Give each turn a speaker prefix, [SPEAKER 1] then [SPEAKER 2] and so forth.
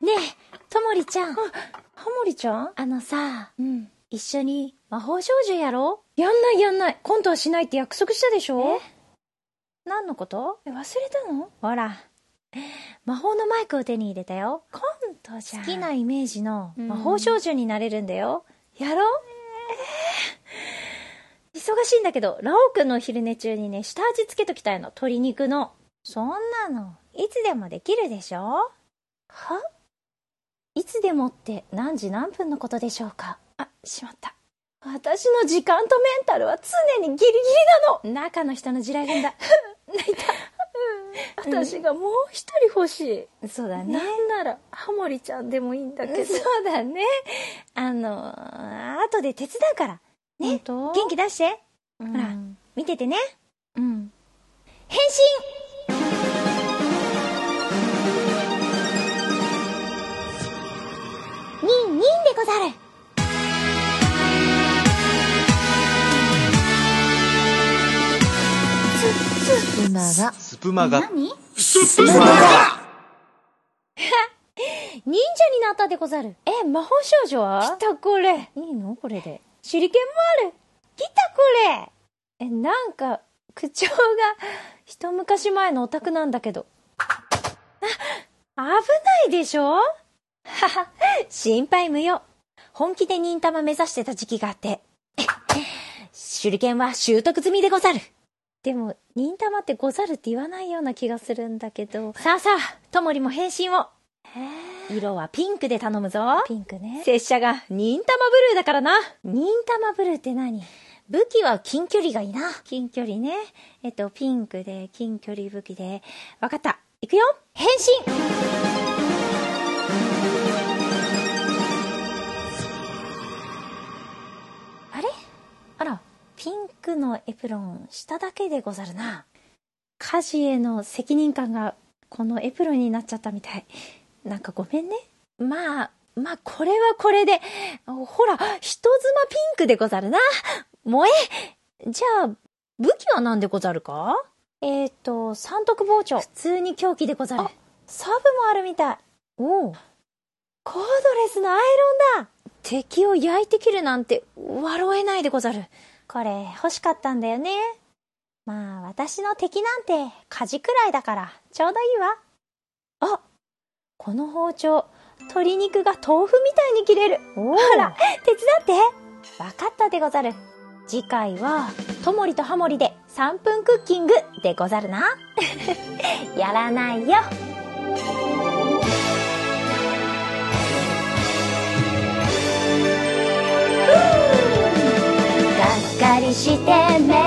[SPEAKER 1] ねえ、ともりちゃん。
[SPEAKER 2] ハモリちゃん
[SPEAKER 1] あのさ、
[SPEAKER 2] うん。
[SPEAKER 1] 一緒に魔法少女やろ
[SPEAKER 2] やんないやんない。今度はしないって約束したでしょ
[SPEAKER 1] う何のこと
[SPEAKER 2] え忘れたの
[SPEAKER 1] ほら、魔法のマイクを手に入れたよ。
[SPEAKER 2] 今度じゃん。
[SPEAKER 1] 好きなイメージの
[SPEAKER 2] うん
[SPEAKER 1] 魔法少女になれるんだよ。やろう、えー忙しいんだけど、ラオくんのお昼寝中にね、下味つけときたいの。鶏肉の。そんなの、いつでもできるでしょはいつでもって何時何分のことでしょうかあ、しまった。私の時間とメンタルは常にギリギリなの中の人の地雷 踏んだ。うん
[SPEAKER 2] 私がもう一人欲しい。
[SPEAKER 1] そうだね。
[SPEAKER 2] なんなら、ハモリちゃんでもいいんだけど。
[SPEAKER 1] そうだね。あの、後で手伝うから。
[SPEAKER 2] ね、元
[SPEAKER 1] 元気出して。
[SPEAKER 2] 気
[SPEAKER 1] ほら見ててね。
[SPEAKER 2] うん。
[SPEAKER 1] 変身ニンニンでござる
[SPEAKER 3] 馬が
[SPEAKER 4] スプマが。
[SPEAKER 1] 何
[SPEAKER 4] スプマが
[SPEAKER 1] 忍者になったでござる。
[SPEAKER 2] え、魔法少女は
[SPEAKER 1] きたこれ。
[SPEAKER 2] いいのこれで。
[SPEAKER 1] 手裏剣もある。きたこれ。
[SPEAKER 2] え、なんか、口調が、一昔前のオタクなんだけど。
[SPEAKER 1] 危ないでしょはは、心配無用。本気で忍たま目指してた時期があって。手裏剣は習得済みでござる。
[SPEAKER 2] でも、忍たまってござるって言わないような気がするんだけど。
[SPEAKER 1] さあさあ、ともりも変身を。色はピンクで頼むぞ。
[SPEAKER 2] ピンクね。
[SPEAKER 1] 拙者が忍たまブルーだからな。
[SPEAKER 2] 忍たまブルーって何
[SPEAKER 1] 武器は近距離がいいな。
[SPEAKER 2] 近距離ね。えっと、ピンクで、近距離武器で。
[SPEAKER 1] わかった。いくよ。変身あれ
[SPEAKER 2] あら、
[SPEAKER 1] ピンクのエプロン、下だけでござるな。家事への責任感が、このエプロンになっちゃったみたい。なんかごめんね。まあ、まあ、これはこれで。ほら、人妻ピンクでござるな。萌えじゃあ、武器は何でござるか
[SPEAKER 2] えっ、と、三徳包丁
[SPEAKER 1] 普。通に狂気でござる
[SPEAKER 2] あ。サブもあるみたい。
[SPEAKER 1] おお。コードレスのアイロンだ敵を焼いて切るなんて、笑えないでござる。
[SPEAKER 2] これ、欲しかったんだよね。
[SPEAKER 1] まあ、私の敵なんて、火事くらいだから、ちょうどいいわ。あこの包丁、鶏肉が豆腐みたいに切れる。ほ
[SPEAKER 2] お
[SPEAKER 1] ら、手伝って。わかったでござる。次回は、ともりとハモリで3分クッキングでござるな。 やらないよ。がっかりしてめ